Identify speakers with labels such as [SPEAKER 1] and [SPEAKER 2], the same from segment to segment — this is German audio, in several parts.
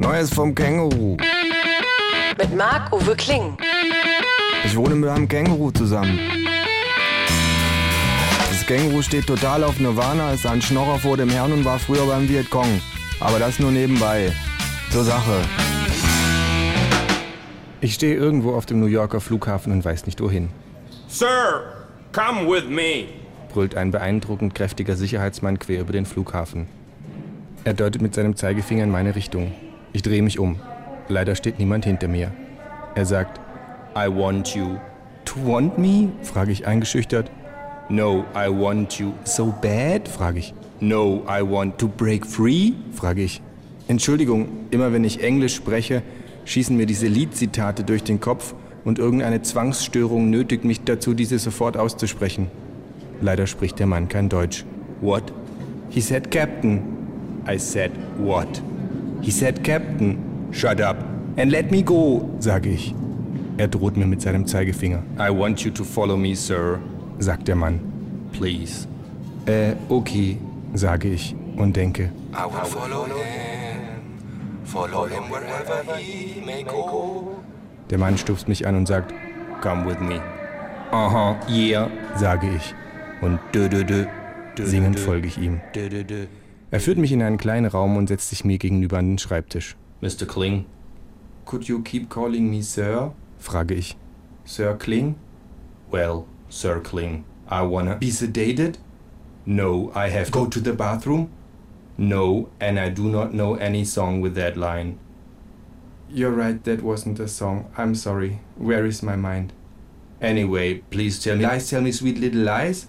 [SPEAKER 1] Neues vom Känguru.
[SPEAKER 2] Mit Marc-Uwe Kling.
[SPEAKER 1] Ich wohne mit einem Känguru zusammen. Das Känguru steht total auf Nirvana, ist ein Schnorrer vor dem Herrn und war früher beim Vietcong. Aber das nur nebenbei. Zur Sache. Ich stehe irgendwo auf dem New Yorker Flughafen und weiß nicht wohin,
[SPEAKER 3] Sir, come with me.
[SPEAKER 1] brüllt ein beeindruckend kräftiger Sicherheitsmann quer über den Flughafen. Er deutet mit seinem Zeigefinger in meine Richtung. Ich drehe mich um. Leider steht niemand hinter mir. Er sagt, I want you. To want me? frage ich eingeschüchtert. No, I want you. So bad? frage ich. No, I want to break free? frage ich. Entschuldigung, immer wenn ich Englisch spreche, schießen mir diese Lied-Zitate durch den Kopf und irgendeine Zwangsstörung nötigt mich dazu, diese sofort auszusprechen. Leider spricht der Mann kein Deutsch. What? He said Captain. I said what? He said Captain. Shut up and let me go, sage ich. Er droht mir mit seinem Zeigefinger.
[SPEAKER 3] I want you to follow me, sir.
[SPEAKER 1] sagt der Mann.
[SPEAKER 3] Please.
[SPEAKER 1] Äh, okay, sage ich und denke.
[SPEAKER 4] I will follow him, follow him wherever he may go.
[SPEAKER 1] Der Mann stupst mich an und sagt,
[SPEAKER 3] Come with me.
[SPEAKER 1] aha, yeah, sage ich. Und dö, dö, dö, singend folge ich ihm. Er führt mich in einen kleinen Raum und setzt sich mir gegenüber an den Schreibtisch.
[SPEAKER 3] Mr. Kling,
[SPEAKER 1] Could you keep calling me Sir? frage ich. Sir Kling?
[SPEAKER 3] well, Sir Kling, I wanna.
[SPEAKER 1] Be sedated?
[SPEAKER 3] No, I have
[SPEAKER 1] Go to the bathroom?
[SPEAKER 3] No, and I do not know any song with that line.
[SPEAKER 1] You're right, that wasn't a song. I'm sorry. Where is my mind?
[SPEAKER 3] Anyway, please tell me.
[SPEAKER 1] Lies tell me sweet little lies?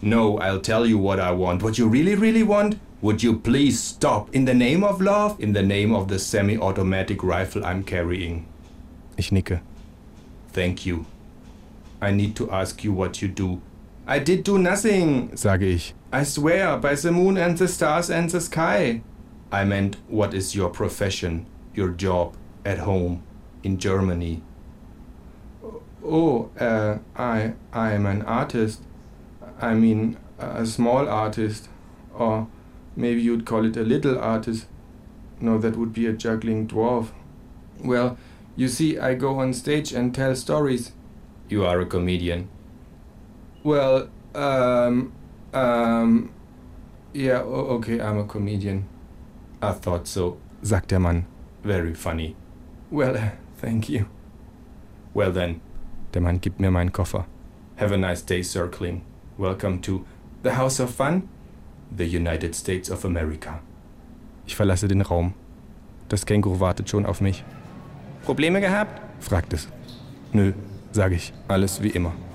[SPEAKER 3] No, I'll tell you what I want.
[SPEAKER 1] What you really, really want?
[SPEAKER 3] Would you please stop
[SPEAKER 1] In the name of love?
[SPEAKER 3] in the name of the semi automatic rifle I'm carrying?
[SPEAKER 1] Ich nicke.
[SPEAKER 3] Thank you. I need to ask you what you do.
[SPEAKER 1] I did do nothing, sage ich. I swear by the moon and the stars and the sky.
[SPEAKER 3] I meant, what is your profession, your job, at home, in Germany?
[SPEAKER 1] Oh, uh, I, I'm an artist. I mean, a small artist. Or maybe you'd call it a little artist. No, that would be a juggling dwarf. Well, you see, I go on stage and tell stories.
[SPEAKER 3] You are a comedian.
[SPEAKER 1] Well, um, um, yeah, o- okay, I'm a comedian,
[SPEAKER 3] I thought so.
[SPEAKER 1] sagt der Mann.
[SPEAKER 3] Very funny.
[SPEAKER 1] Well, thank you.
[SPEAKER 3] Well then,
[SPEAKER 1] Der Mann gibt mir meinen Koffer.
[SPEAKER 3] have a nice day, Sir Kling. Welcome to
[SPEAKER 1] The House of Fun?
[SPEAKER 3] the United States of America.
[SPEAKER 1] Ich verlasse den Raum. Das Känguru wartet schon auf mich. Probleme gehabt? fragt es. Nö, sage ich. Alles wie immer.